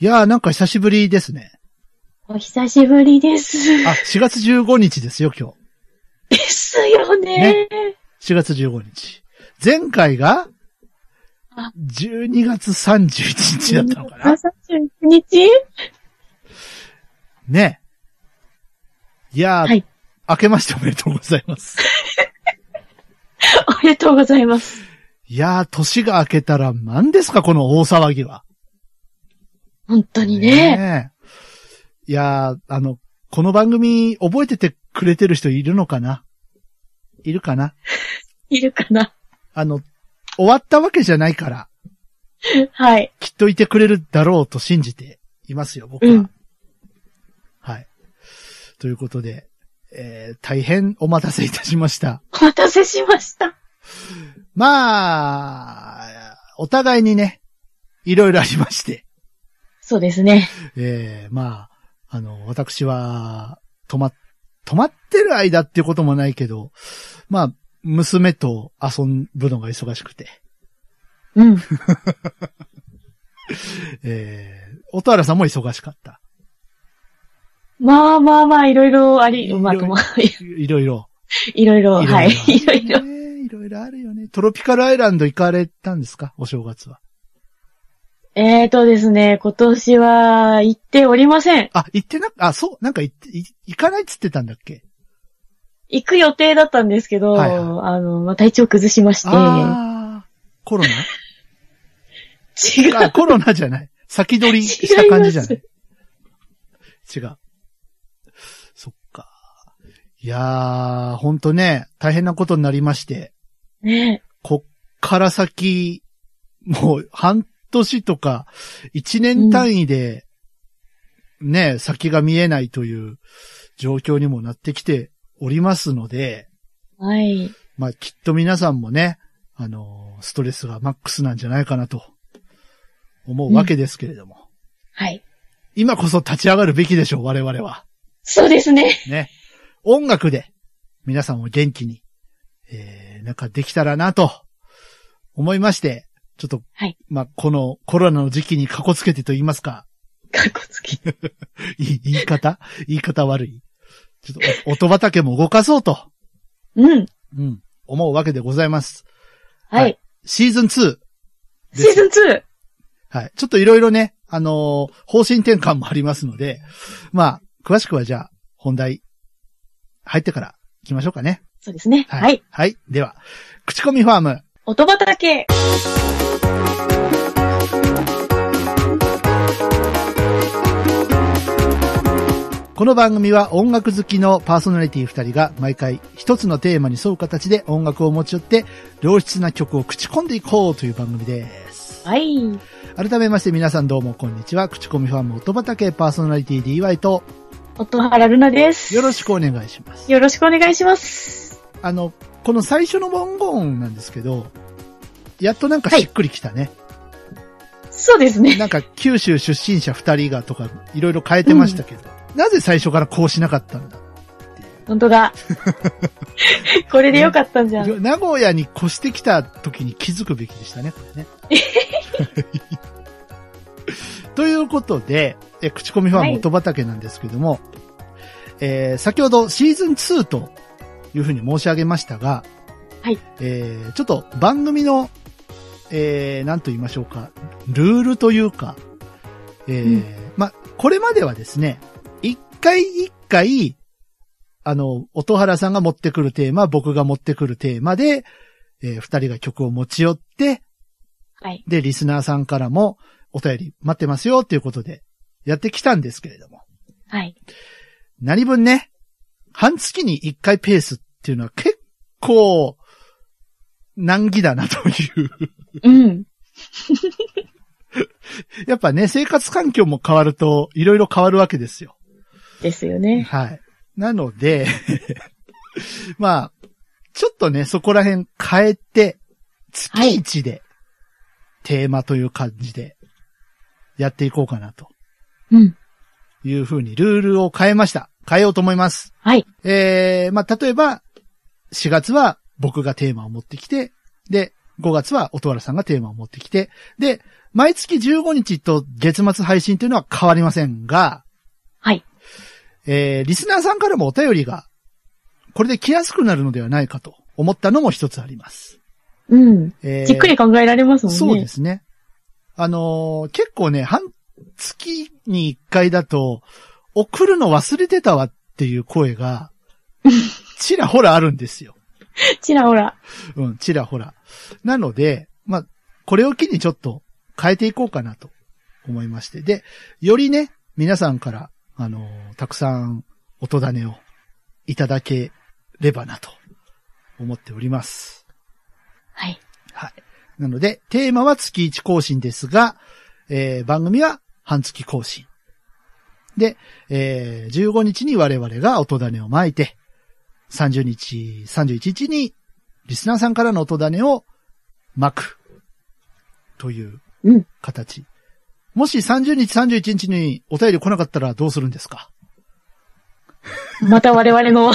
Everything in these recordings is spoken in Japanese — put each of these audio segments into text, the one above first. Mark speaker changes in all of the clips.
Speaker 1: いやーなんか久しぶりですね。
Speaker 2: お久しぶりです。
Speaker 1: あ、4月15日ですよ、今
Speaker 2: ですよね
Speaker 1: 日。4月15日。前回が
Speaker 2: あ、
Speaker 1: 12月31日だったのかな
Speaker 2: 朝31日
Speaker 1: ね。いやー、
Speaker 2: はい
Speaker 1: 明けましておめでとうございます。
Speaker 2: おめでとうございます。
Speaker 1: いやー、年が明けたら何ですか、この大騒ぎは。
Speaker 2: 本当にね。
Speaker 1: えいやー、あの、この番組覚えててくれてる人いるのかないるかない
Speaker 2: るかな
Speaker 1: あの、終わったわけじゃないから、
Speaker 2: はい。
Speaker 1: きっといてくれるだろうと信じていますよ、僕は。
Speaker 2: うん
Speaker 1: はい。ということで、えー大変お待たせいたしました。
Speaker 2: お待たせしました。
Speaker 1: まあ、お互いにね、いろいろありまして、
Speaker 2: そうですね。
Speaker 1: えーまあ、あの、私は、止ま、止まってる間っていうこともないけど、まあ、娘と遊ぶのが忙しくて、
Speaker 2: うん。
Speaker 1: えー、音原さんも忙しかった。
Speaker 2: まあまあまあ、いろいろあり、
Speaker 1: いろいろ
Speaker 2: まあ、とも、
Speaker 1: いろいろ。
Speaker 2: いろ いろ、はい。
Speaker 1: いろ
Speaker 2: いろ
Speaker 1: い
Speaker 2: い
Speaker 1: ろあ
Speaker 2: ろ
Speaker 1: る。ねいろいろあるよね。トロピカルアイランド行かれたんですかお正月は。
Speaker 2: えーとですね、今年は行っておりません。
Speaker 1: あ、行ってな、あ、そう、なんか行って、い行かないっつってたんだっけ
Speaker 2: 行く予定だったんですけど、
Speaker 1: はいはい
Speaker 2: あの、まあ、体調崩しまして、
Speaker 1: ああ、コロ
Speaker 2: 違
Speaker 1: ナあ、
Speaker 2: う。
Speaker 1: コロナじゃない。先取りした感じじゃない。違う。そっか。いやー、ほんとね、大変なことになりまして、
Speaker 2: ね
Speaker 1: こっから先、もう半年とか、一年単位で、ね、先が見えないという状況にもなってきておりますので、
Speaker 2: はい。
Speaker 1: まあきっと皆さんもね、あのーストレスがマックスなんじゃないかなと思うわけですけれども、
Speaker 2: はい。
Speaker 1: 今こそ立ち上がるべきでしょう、我々は。
Speaker 2: そうですね。
Speaker 1: ね。音楽で皆さんを元気に、えー、なんかできたらなと思いまして、ちょっと、
Speaker 2: はい
Speaker 1: まあこのコロナの時期にかこつけてと言いますか、
Speaker 2: かっこつき。
Speaker 1: いい言い方言い方悪い。ちょっとお音畑も動かそうと、
Speaker 2: うん。
Speaker 1: うん、思うわけでございます。
Speaker 2: は。
Speaker 1: はいシーズン2。
Speaker 2: シ ーズン 2!
Speaker 1: はい。ちょっといろいろね、あのー方針転換もありますので、まあ、詳しくはじゃあ、本題、入ってから行きましょうかね。
Speaker 2: そうですね。はい。。
Speaker 1: はい。では、口コミファーム。
Speaker 2: 音畑
Speaker 1: この番組は音楽好きのパーソナリティ二人が毎回一つのテーマに沿う形で音楽を持ち寄って良質な曲を口コんでいこうという番組です。
Speaker 2: はい。
Speaker 1: 改めまして皆さんどうもこんにちは。口コミファーム音畑パーソナリティ DY と
Speaker 2: 音原ルナです。
Speaker 1: よろしくお願いします。
Speaker 2: よろしくお願いします。
Speaker 1: あの、この最初の文言なんですけど、やっとなんかしっくりきたね。
Speaker 2: そうですね。
Speaker 1: なんか九州出身者二人がとかいろいろ変えてましたけど、なぜ最初からこうしなかったんだ
Speaker 2: 本 当だ。これでよかったんじゃん。
Speaker 1: よ名古屋に越してきた時に気づくべきでしたね、これね。ということで、え口コミファン
Speaker 2: はい
Speaker 1: 元畑なんですけども、えー先ほどシーズン2というふうに申し上げましたが、
Speaker 2: はい
Speaker 1: えーちょっと番組の、えー、なんと言いましょうか、ルールというか、えー
Speaker 2: うん
Speaker 1: ま、これまではですね、一回一回、あの、音原さんが持ってくるテーマ、僕が持ってくるテーマで、えー二人が曲を持ち寄って、
Speaker 2: はい。
Speaker 1: で、リスナーさんからもお便り待ってますよっていうことで、やってきたんですけれども。
Speaker 2: はい。
Speaker 1: 何分ね、半月に一回ペースっていうのは結構、難儀だなという。
Speaker 2: うん。
Speaker 1: やっぱね、生活環境も変わると、いろいろ変わるわけですよ。
Speaker 2: ですよね。
Speaker 1: はい。なので、 まあ、ちょっとね、そこら辺変えて、月一で、テーマという感じで、やっていこうかなと
Speaker 2: うん。
Speaker 1: いうふうにルールを変えました。変えようと思います。
Speaker 2: はい。
Speaker 1: えー、まあ、例えば、4月は僕がテーマを持ってきて、で、 5月は音原さんがテーマを持ってきて、で、毎月15日と月末配信というのは変わりませんが、
Speaker 2: はい。
Speaker 1: えー、リスナーさんからもお便りが、これで来やすくなるのではないかと思ったのも一つあります。
Speaker 2: うん。
Speaker 1: えー
Speaker 2: じっくり考えられますもんね。
Speaker 1: そうですね。あのー結構ね、半月に一回だと、送るの忘れてたわっていう声が、ちらほらあるんですよ。
Speaker 2: ちらほら。
Speaker 1: うん、ちらほら。なので、まあ、これを機にちょっと変えていこうかなと思いまして。で、よりね、皆さんから、あのーたくさん音種をいただければなと思っております。
Speaker 2: はい。
Speaker 1: はい。なので、テーマは月1更新ですが、えー番組は半月更新。で、えー15日に我々が音種をまいて、30日、31日にリスナーさんからの音種をまく。という
Speaker 2: うん。
Speaker 1: 形。もし30日、31日にお便り来なかったらどうするんですか
Speaker 2: また我 々の、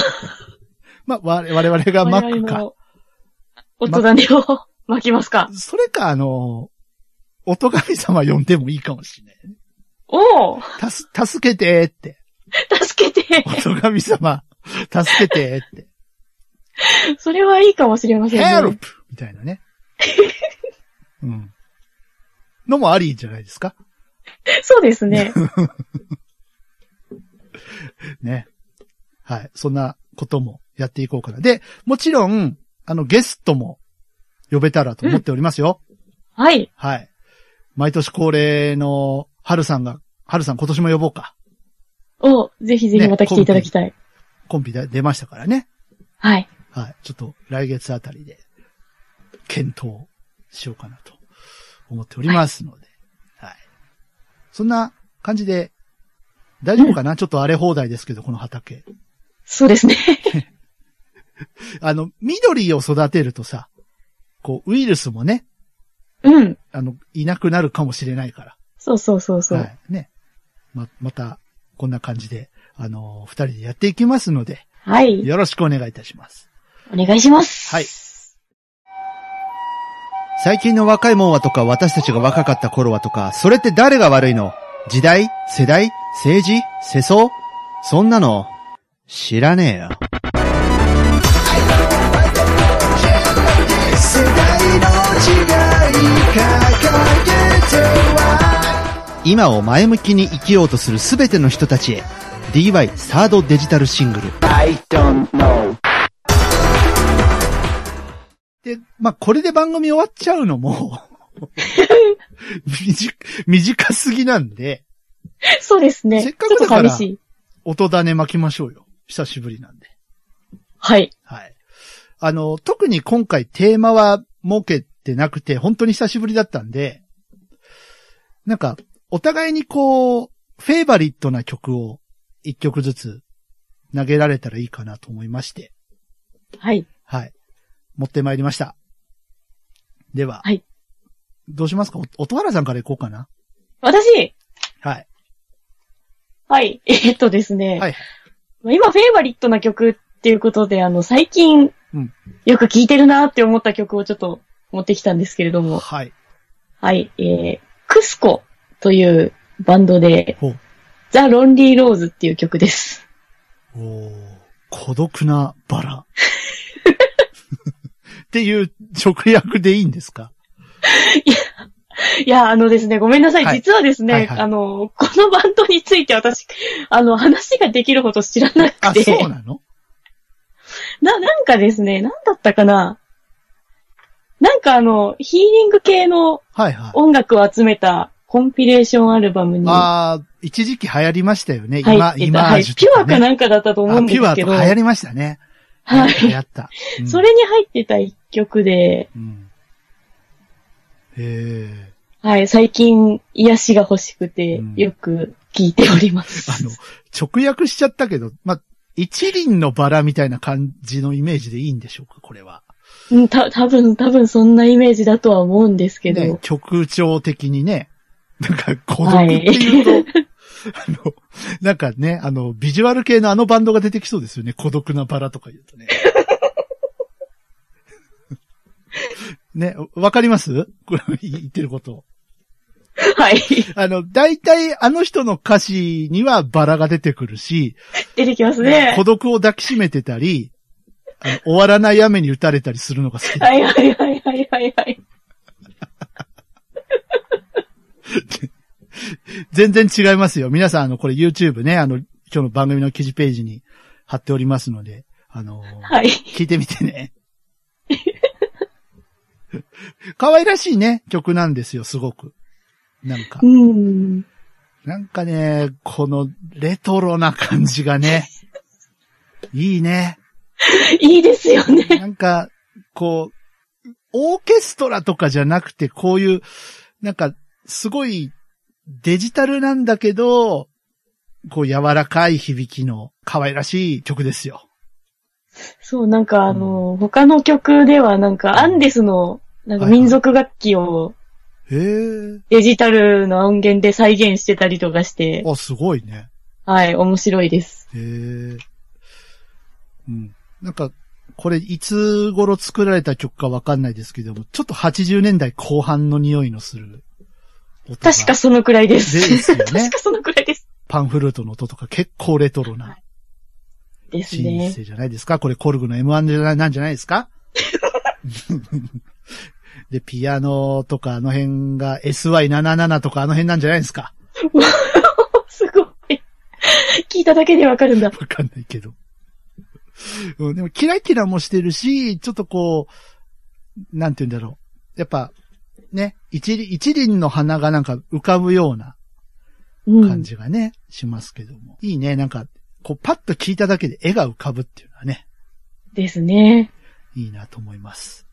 Speaker 1: まあ、我我々がま
Speaker 2: 我
Speaker 1: く
Speaker 2: 々
Speaker 1: か。
Speaker 2: の、音種を巻きますか。
Speaker 1: それか、あの、音神様呼んでもいいかもしれない。
Speaker 2: おお
Speaker 1: たす、助けてーって。
Speaker 2: 助け て
Speaker 1: 音神様、助けてって。
Speaker 2: それはいいかもしれませんね。
Speaker 1: ヘルプみたいな ね。うん。のもありじゃないですか
Speaker 2: そうです ね。
Speaker 1: ね。はい。そんなこともやっていこうかな。で、もちろん、あの、ゲストも呼べたらと思っておりますよ。
Speaker 2: はい。
Speaker 1: はい。毎年恒例の、春さんが、春さん今年も呼ぼうか。
Speaker 2: おぜひぜひまた来ていただきたい。
Speaker 1: コンビで出ましたからね。
Speaker 2: はい。
Speaker 1: はい。ちょっと来月あたりで検討しようかなと思っておりますので。はい。そんな感じで大丈夫かな、ちょっと荒れ放題ですけど、この畑。
Speaker 2: そうですね。
Speaker 1: あの、緑を育てるとさ、こう、ウイルスもね、
Speaker 2: うん。
Speaker 1: あの、いなくなるかもしれないから。
Speaker 2: そうそうそうそう。
Speaker 1: はい。ね。ま、また、こんな感じで、あのー二人でやっていきますので、
Speaker 2: はい。
Speaker 1: よろしくお願いいたします。
Speaker 2: お願いします。
Speaker 1: はい最近の若いもんはとか私たちが若かった頃はとか、それって誰が悪いの時代世代政治世相そんなの、知らねえよ。今を前向きに生きようとするすべての人たちへ DY サードデジタルシングル
Speaker 3: I don't know.
Speaker 1: で、まあ、これで番組終わっちゃうのも 短、短すぎなんで、
Speaker 2: そうですね。
Speaker 1: せっかくだ
Speaker 2: ちょ
Speaker 1: か
Speaker 2: っ
Speaker 1: ら
Speaker 2: と寂しい。
Speaker 1: 音種巻きましょうよ。久しぶりなんで。
Speaker 2: はい。
Speaker 1: はい。あの、特に今回テーマは設けてなくて、本当に久しぶりだったんで、なんか、お互いにこう、フェイバリットな曲を一曲ずつ投げられたらいいかなと思いまして、
Speaker 2: はい。
Speaker 1: はい。持ってまいりました。では、
Speaker 2: はい
Speaker 1: どうしますかお音原さんからいこうかな。
Speaker 2: 私、
Speaker 1: はい。
Speaker 2: はい。 えっとですね。
Speaker 1: はい。
Speaker 2: 今、フェイバリットな曲っていうことで、あの、最近、
Speaker 1: うん
Speaker 2: よく聴いてるなって思った曲をちょっと持ってきたんですけれども、
Speaker 1: はい。
Speaker 2: はい。えー、クスコというバンドで、
Speaker 1: ほう。
Speaker 2: ザ・ロンリー・ローズっていう曲です。
Speaker 1: おー孤独なバ ラ。っていう直訳でいいんですか
Speaker 2: いや、あのですね、ごめんなさい。
Speaker 1: はい
Speaker 2: 実はですね、
Speaker 1: はいはい
Speaker 2: あの、このバンドについて私、あの、話ができるほど知らな
Speaker 1: あ、
Speaker 2: く
Speaker 1: そ
Speaker 2: て
Speaker 1: う、なの
Speaker 2: な、なんかですね、なんだったかななんかあの、ヒーリング系の
Speaker 1: はいはい。
Speaker 2: 音楽を集めたコンピレーションアルバムに、
Speaker 1: ああ、一時期流行りましたよね。
Speaker 2: 入
Speaker 1: 今、
Speaker 2: って
Speaker 1: 今、
Speaker 2: た、はい、ピュアかなんかだったと思うんです
Speaker 1: あ
Speaker 2: け
Speaker 1: ピュ
Speaker 2: ど、
Speaker 1: アとか流行りましたね。
Speaker 2: は
Speaker 1: 流行
Speaker 2: い。
Speaker 1: った。うん
Speaker 2: そ、れに入ってた一曲で、
Speaker 1: うん、へえ。
Speaker 2: はい、最近癒しが欲しくて
Speaker 1: うん、
Speaker 2: よく聴いておりま
Speaker 1: あ
Speaker 2: す。
Speaker 1: の、直訳しちゃったけど、ま、一輪のバラみたいな感じのイメージでいいんでしょうか、これは。
Speaker 2: うん、た、多分多分そんなイメージだとは思うんですけど、
Speaker 1: ね、曲調的にね。なんか、孤独っていうと、 あの、なんかね、あの、ビジュアル系のあのバンドが出てきそうですよ ね。孤独なバラとか言うとね。ね、わかります これ言ってること。
Speaker 2: はい。
Speaker 1: あの、大体あの人の歌詞にはバラが出てくるし、
Speaker 2: 出てきますね
Speaker 1: 孤。独を抱きしめてたり、あの終わらない雨に打たれたりするのが好 き。
Speaker 2: はいはいはいはいはいはい。
Speaker 1: 全然違いますよ。皆さん、あの、これ YouTube ね、あの、今日の番組の記事ページに貼っておりますので、あの、
Speaker 2: はい。
Speaker 1: 聞いてみてね。 可愛らしいね、曲なんですよ、すごく。なんか
Speaker 2: う。ん。
Speaker 1: なんかね、このレトロな感じがね、いいね。
Speaker 2: いいですよね。
Speaker 1: なんか、こう、オーケストラとかじゃなくて、こういう、なんか、すごいデジタルなんだけど、こう柔らかい響きの可愛らしい曲ですよ。
Speaker 2: そう、なんかあの、他の曲ではなんかアンデスの、なんか民族楽器を
Speaker 1: へえ。
Speaker 2: デジタルの音源で再現してたりとかして、
Speaker 1: あ、すごいね。
Speaker 2: はい、面白いです。
Speaker 1: へえ。うん。なんか、これいつ頃作られた曲かわかんないですけども、ちょっと80年代後半の匂いのする音が
Speaker 2: 確かそのくらいです。
Speaker 1: ですよね
Speaker 2: 確かそのくらいです。
Speaker 1: パンフルートの音とか結構レトロな
Speaker 2: です
Speaker 1: シン
Speaker 2: ね。
Speaker 1: セじゃないですかこれコルグの M1 じゃないなんじゃないですか で、ピアノとかあの辺が SY77 とかあの辺なんじゃないですか
Speaker 2: すごい。聞いただけでわかるんだ。
Speaker 1: わかんないけど。うん、でもキラキラもしてるし、ちょっとこう、なんて言うんだろう。やっぱ、ね、一輪、一輪の花がなんか浮かぶような
Speaker 2: う
Speaker 1: 感
Speaker 2: ん。
Speaker 1: じがね、しますけども。いいね、なんか、こうパッと聞いただけで絵が浮かぶっていうのはね、
Speaker 2: ですね。
Speaker 1: いいなと思います。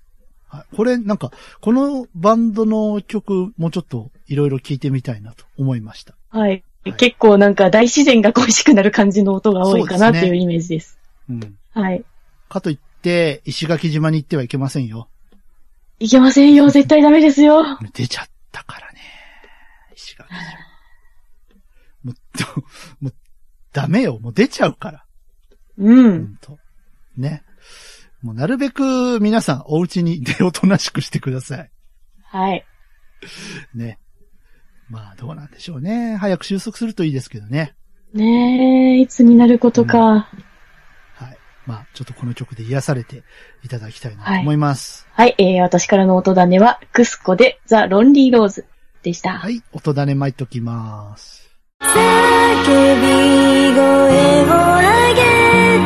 Speaker 1: はい。これ、なんか、このバンドの曲、もうちょっといろいろ聞いてみたいなと思いました。
Speaker 2: はい
Speaker 1: はい。
Speaker 2: 結構なんか大自然が恋しくなる感じの音が多いか
Speaker 1: そ
Speaker 2: な
Speaker 1: う
Speaker 2: っ
Speaker 1: ですね
Speaker 2: ていうイメージです。
Speaker 1: うん。
Speaker 2: はい。
Speaker 1: かといって、石垣島に行ってはいけませんよ。
Speaker 2: いけませんよ。絶対ダメですよ。
Speaker 1: 出ちゃったからね。石垣島。もう、どもう、ダメよ。もう出ちゃうから。
Speaker 2: う
Speaker 1: ほ
Speaker 2: ん。
Speaker 1: んと。ね。もうなるべく皆さんお家に出おとなしくしてください。
Speaker 2: はい。
Speaker 1: ね。まあどうなんでしょうね。早く収束するといいですけどね。
Speaker 2: ねえ、いつになることか。
Speaker 1: はい。まあちょっとこの曲で癒されていただきたいなと思います。
Speaker 2: はい、えー、私からの音種は、クスコでザ・ロンリー・ローズでした。
Speaker 1: はい。音種まいときます。
Speaker 4: 叫び声を上げたく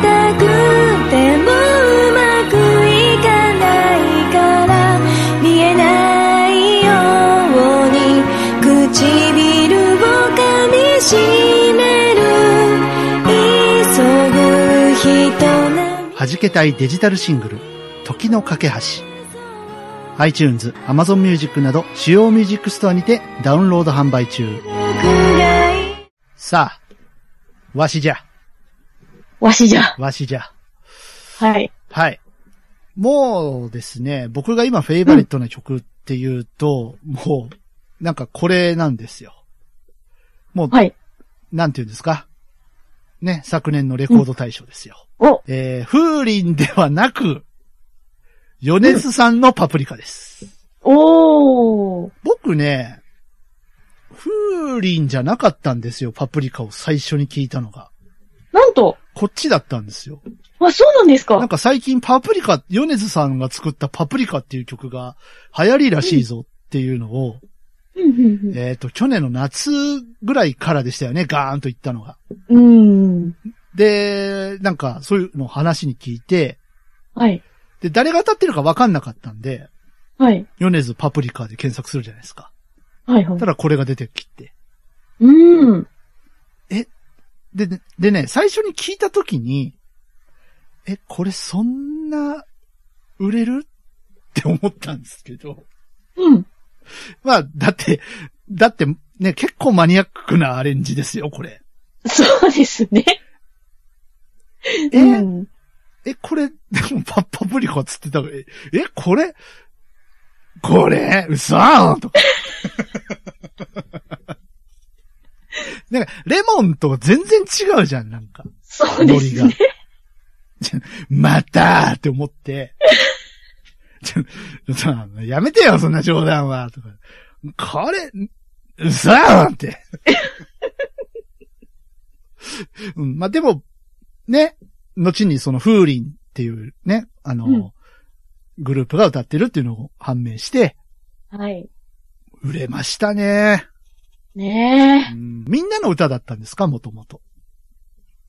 Speaker 4: てもうまくいかないから見えないように唇を噛みしめる急ぐ人な
Speaker 1: 弾けたいデジタルシングル、時の架け橋。iTunes、Amazon Music など主要ミュージックストアにてダウンロード販売中。
Speaker 4: 僕がい
Speaker 1: さあ、わしじゃ、
Speaker 2: わしじゃ。
Speaker 1: わしじゃ。
Speaker 2: はい。
Speaker 1: はい。もうですね、僕が今フェイバリットな曲っていうと、もう、なんかこれなんですよ。もう、
Speaker 2: はい。
Speaker 1: なんて言うんですか。ね、昨年のレコード大賞ですよ。
Speaker 2: お、
Speaker 1: えー、風鈴ではなく、ヨネスさんのパプリカです。
Speaker 2: おー。
Speaker 1: 僕ね、風鈴じゃなかったんですよ、パプリカを最初に聞いたのが。
Speaker 2: なんと、
Speaker 1: こっちだったんですよ。
Speaker 2: あ、そうなんです
Speaker 1: なん
Speaker 2: か。
Speaker 1: か最近パプリカ、ヨネズさんが作ったパプリカっていう曲が流行りらしいぞっていうのを、
Speaker 2: うん、うん
Speaker 1: えっ、と、去年の夏ぐらいからでしたよね、ガーンと言ったのが。
Speaker 2: うん、うん。
Speaker 1: で、なんかそういうのを話に聞いて、
Speaker 2: はい。
Speaker 1: で、誰が歌ってるかわかんなかったんで、
Speaker 2: はい。
Speaker 1: ヨネズパプリカで検索するじゃないですか。
Speaker 2: はい、はい
Speaker 1: た。だこれが出てきて。
Speaker 2: うん。
Speaker 1: で、ででね、最初に聞いたときに、え、これそんな売れるって思ったんですけど。
Speaker 2: うん。
Speaker 1: まあ、だって、だってね、結構マニアックなアレンジですよ、これ。
Speaker 2: そうですね。
Speaker 1: え、
Speaker 2: うん。
Speaker 1: え、これ、でもパパプリカっつってたえ、え、これ、これ、嘘とか。 なんか、レモンと全然違うじゃん、なんか。
Speaker 2: そう
Speaker 1: ノ
Speaker 2: で
Speaker 1: リ
Speaker 2: す
Speaker 1: が
Speaker 2: ね。。
Speaker 1: またーって思って。 ちょちょやめてよ、そんな冗談は、とか。これ、嘘やろって。うん、まあ、でも、ね、後にその風鈴っていうね、あの、
Speaker 2: うん
Speaker 1: グループが歌ってるっていうのを判明して、
Speaker 2: はい。
Speaker 1: 売れましたね。
Speaker 2: ね
Speaker 1: うんみんなの歌だったんですか、もともと。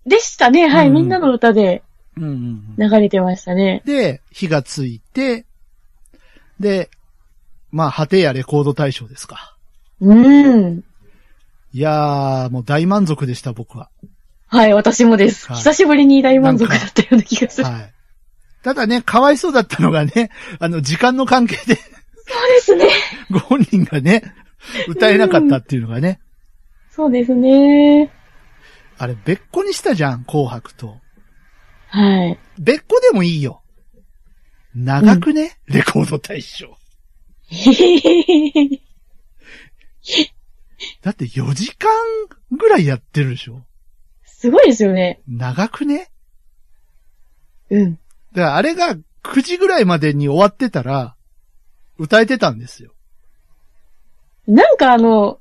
Speaker 2: え。でしたね。はい。
Speaker 1: うん
Speaker 2: みんなの歌で
Speaker 1: うんうんうん
Speaker 2: 流れてましたね。
Speaker 1: で、火がついて、で、まあ、果てやレコード大賞ですか。
Speaker 2: うん。
Speaker 1: いやー、もう大満足でした、僕は。
Speaker 2: はい。私もです。
Speaker 1: はい
Speaker 2: 久しぶりに大満足だったような気がする。そう
Speaker 1: はい。ただね、かわいそうだったのがね、 あの、時間の関係で
Speaker 2: ですね。
Speaker 1: ご本人がね、歌えなかったっていうのがね、
Speaker 2: そうですね。
Speaker 1: あれ、別個にしたじゃん、紅白と。
Speaker 2: はい。
Speaker 1: 別個でもいいよ。長くね、レコード大賞。だって4時間ぐらいやってるでしょ
Speaker 2: すごいですよね。
Speaker 1: 長くね
Speaker 2: うん。
Speaker 1: だからあれが9時ぐらいまでに終わってたら、歌えてたんですよ。
Speaker 2: なんかあの、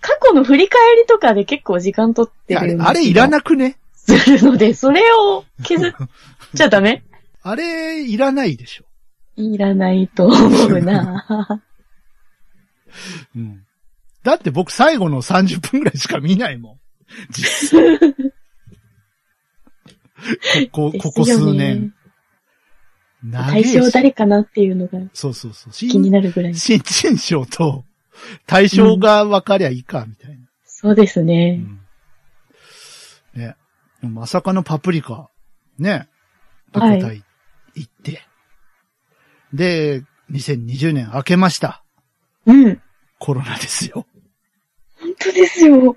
Speaker 2: 過去の振り返りとかで結構時間取って
Speaker 1: あれ
Speaker 2: る。
Speaker 1: あれいらなくね
Speaker 2: するので、それを削っちゃダメ
Speaker 1: あれいらないでしょ。
Speaker 2: いらないと思 うな
Speaker 1: うん。だって僕最後の30分ぐらいしか見ない もん。実際。ここ、ここ数年。。長
Speaker 2: 対
Speaker 1: いし
Speaker 2: 象誰かなっていうのが
Speaker 1: そうそうそう。
Speaker 2: 気に
Speaker 1: 新
Speaker 2: なるぐらい。
Speaker 1: 新人賞と対象が分かりゃいいか、みたいな。
Speaker 2: そうです
Speaker 1: う
Speaker 2: ね。
Speaker 1: んね。でもまさかのパプリカ、ね。パクタイ行って。で、2020年明けました。
Speaker 2: うん。
Speaker 1: コロナですよ。
Speaker 2: 本当ですよ。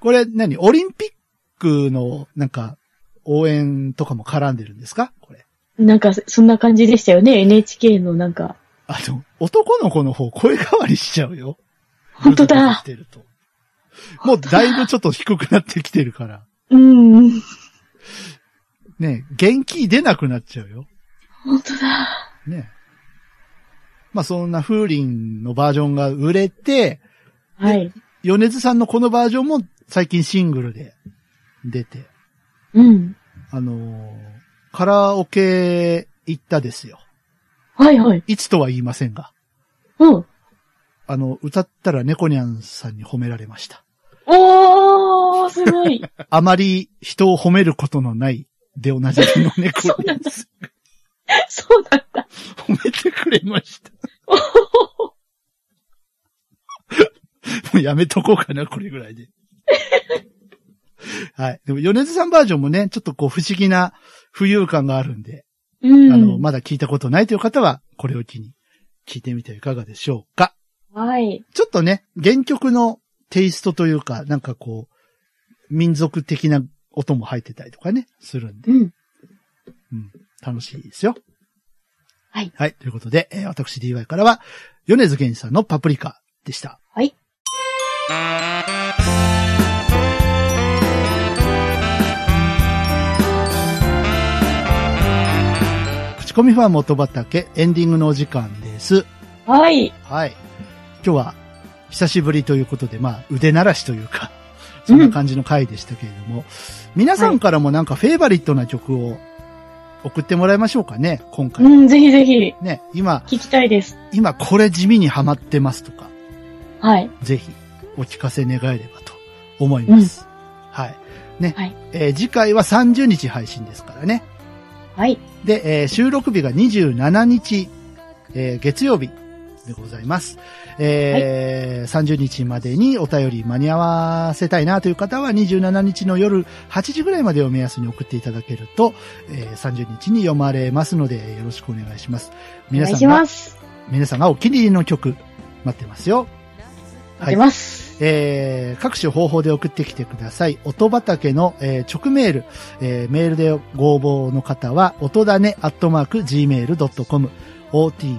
Speaker 1: これ何オリンピックの、なんか、応援とかも絡んでるんですかこれ。
Speaker 2: なんか、そんな感じでしたよね。NHK のなんか。
Speaker 1: あの、男の子の方声変わりしちゃうよ。
Speaker 2: 本当だ
Speaker 1: ぐずぐずしてるともうだいぶちょっと低くなってきてるから。
Speaker 2: うん。
Speaker 1: ね元気出なくなっちゃうよ。
Speaker 2: 本当だ。
Speaker 1: ねまあそんな風鈴のバージョンが売れて、
Speaker 2: はい。
Speaker 1: 米津さんのこのバージョンも最近シングルで出て、
Speaker 2: うん。
Speaker 1: あのーカラオケ行ったですよ。
Speaker 2: はいはい。
Speaker 1: いつとは言いませんが。
Speaker 2: うん。
Speaker 1: あの、歌ったら猫ニャンさんに褒められました。
Speaker 2: おー、すごい。
Speaker 1: あまり人を褒めることのないでおなじみの猫ニャンさ
Speaker 2: そうなんだ。
Speaker 1: ん褒めてくれました。
Speaker 2: おー
Speaker 1: もうやめとこうかな、これぐらいで。 はい。でも、米津さんバージョンもね、ちょっとこう不思議な浮遊感があるんで、
Speaker 2: うん。
Speaker 1: あの、まだ聞いたことないという方は、これを機に聞いてみてはいかがでしょうか。
Speaker 2: はい。
Speaker 1: ちょっとね、原曲のテイストというか、なんかこう、民族的な音も入ってたりとかね、するんで。
Speaker 2: うん。
Speaker 1: 楽しいですよ。
Speaker 2: はい。
Speaker 1: はい。ということで、えー私 DY からは、米津玄師さんのパプリカでした。
Speaker 2: はい。
Speaker 1: 口コミファン元畑エンディングのお時間です。
Speaker 2: はい。
Speaker 1: はい。今日は、久しぶりということで、まあ、腕慣らしというか、 そんな感じの回でしたけれども、皆さんからもなんかフェイバリットな曲を送ってもらいましょうかね、今回
Speaker 2: う。ん、ぜひぜひ、
Speaker 1: ね、今、
Speaker 2: 聞きたいです。
Speaker 1: 今これ地味にハマってますとか、
Speaker 2: はい。
Speaker 1: ぜひお聞かせ願えればと思います。はい。ね、
Speaker 2: はい
Speaker 1: えー次回は30日配信ですからね。
Speaker 2: はい。
Speaker 1: で、えー収録日が27日、えー月曜日でございます。えー30日までにお便り間に合わせたいなという方は27日の夜8時ぐらいまでを目安に送っていただけると、えー30日に読まれますのでよろしくお願いします。
Speaker 2: お
Speaker 1: 皆
Speaker 2: 願い
Speaker 1: さ
Speaker 2: し
Speaker 1: んが
Speaker 2: ま、す。
Speaker 1: 皆さんがお気に入りの曲待ってますよ。
Speaker 2: 待ってます。
Speaker 1: えー各種方法で送ってきてください。音畑の、えー直メール、えーメールでご応募の方は、音だねアットマーク gmail.com、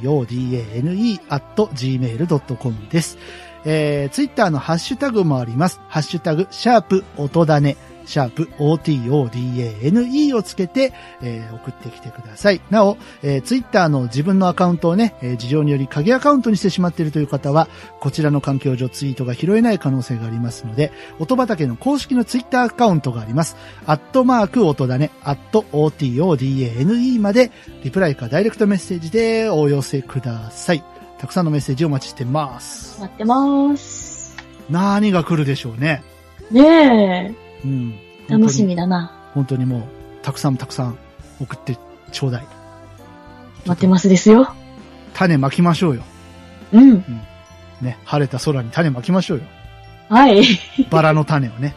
Speaker 1: otodane アット gmail.com です。えツイッター Twitter のハッシュタグもあります。ハッシュタグ、シャープ、音だね。シャープ OTODANE をつけて、えー送ってきてください。なお、えー、ツイッターの自分のアカウントをね、えー事情により鍵アカウントにしてしまっているという方は、こちらの環境上ツイートが拾えない可能性がありますので、音畑の公式のツイッターアカウントがあります。アットマーク音だね、アット OTODANE まで、リプライかダイレクトメッセージでお寄せください。たくさんのメッセージをお待ちしてます。
Speaker 2: 待ってます。
Speaker 1: 何が来るでしょうね。
Speaker 2: ね
Speaker 1: うん。
Speaker 2: え、楽しみだな。
Speaker 1: 本当に。本当にもう、たくさんたくさん送ってちょうだい。
Speaker 2: 待ってますですよ。
Speaker 1: 種まきましょうよ。
Speaker 2: うん。
Speaker 1: ね。晴れた空に種まきまし ょうよ。
Speaker 2: はい。
Speaker 1: バラの種をね。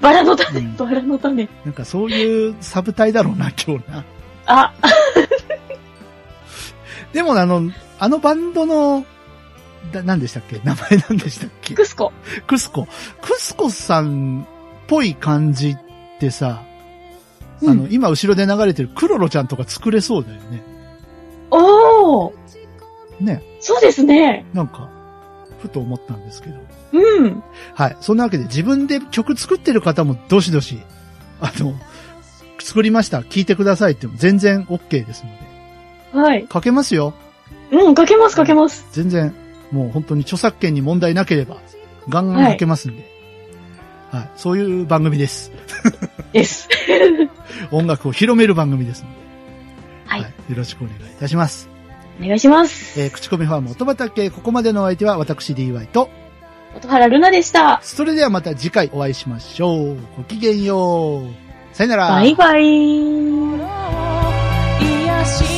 Speaker 2: バラの種、
Speaker 1: うん
Speaker 2: バラの種。
Speaker 1: なんかそういうサブ隊だろうな、今日な。
Speaker 2: あ、
Speaker 1: でもあの、あのバンドの、だ、何でしたっけ名前何でしたっけ
Speaker 2: クスコ。
Speaker 1: クスコ。クスコさんっぽい感じってさ、あの、今後ろで流れてるクロロちゃんとか作れそうだよね。
Speaker 2: おー、
Speaker 1: ね。
Speaker 2: そうですね。
Speaker 1: なんか、ふと思ったんですけど。
Speaker 2: うん。
Speaker 1: はい。そんなわけで自分で曲作ってる方もどしどし、あの、作りました。聞いてくださいっても全然 OK ですので。
Speaker 2: はい。
Speaker 1: 書けますよ。
Speaker 2: うん、かけますかけます。
Speaker 1: 全然、もう本当に著作権に問題なければ、ガンガン書けますんで。はい、そういう番組です。
Speaker 2: です。
Speaker 1: 音楽を広める番組ですので。
Speaker 2: はい
Speaker 1: よろしくお願いいたします。
Speaker 2: お願いします。
Speaker 1: えー口コミファーム音畑、ここまでのお相手は私 DY と、
Speaker 2: 音原ルナでした。
Speaker 1: それではまた次回お会いしましょう。ごきげんよう。さよなら。
Speaker 2: バイバイ。
Speaker 4: 癒し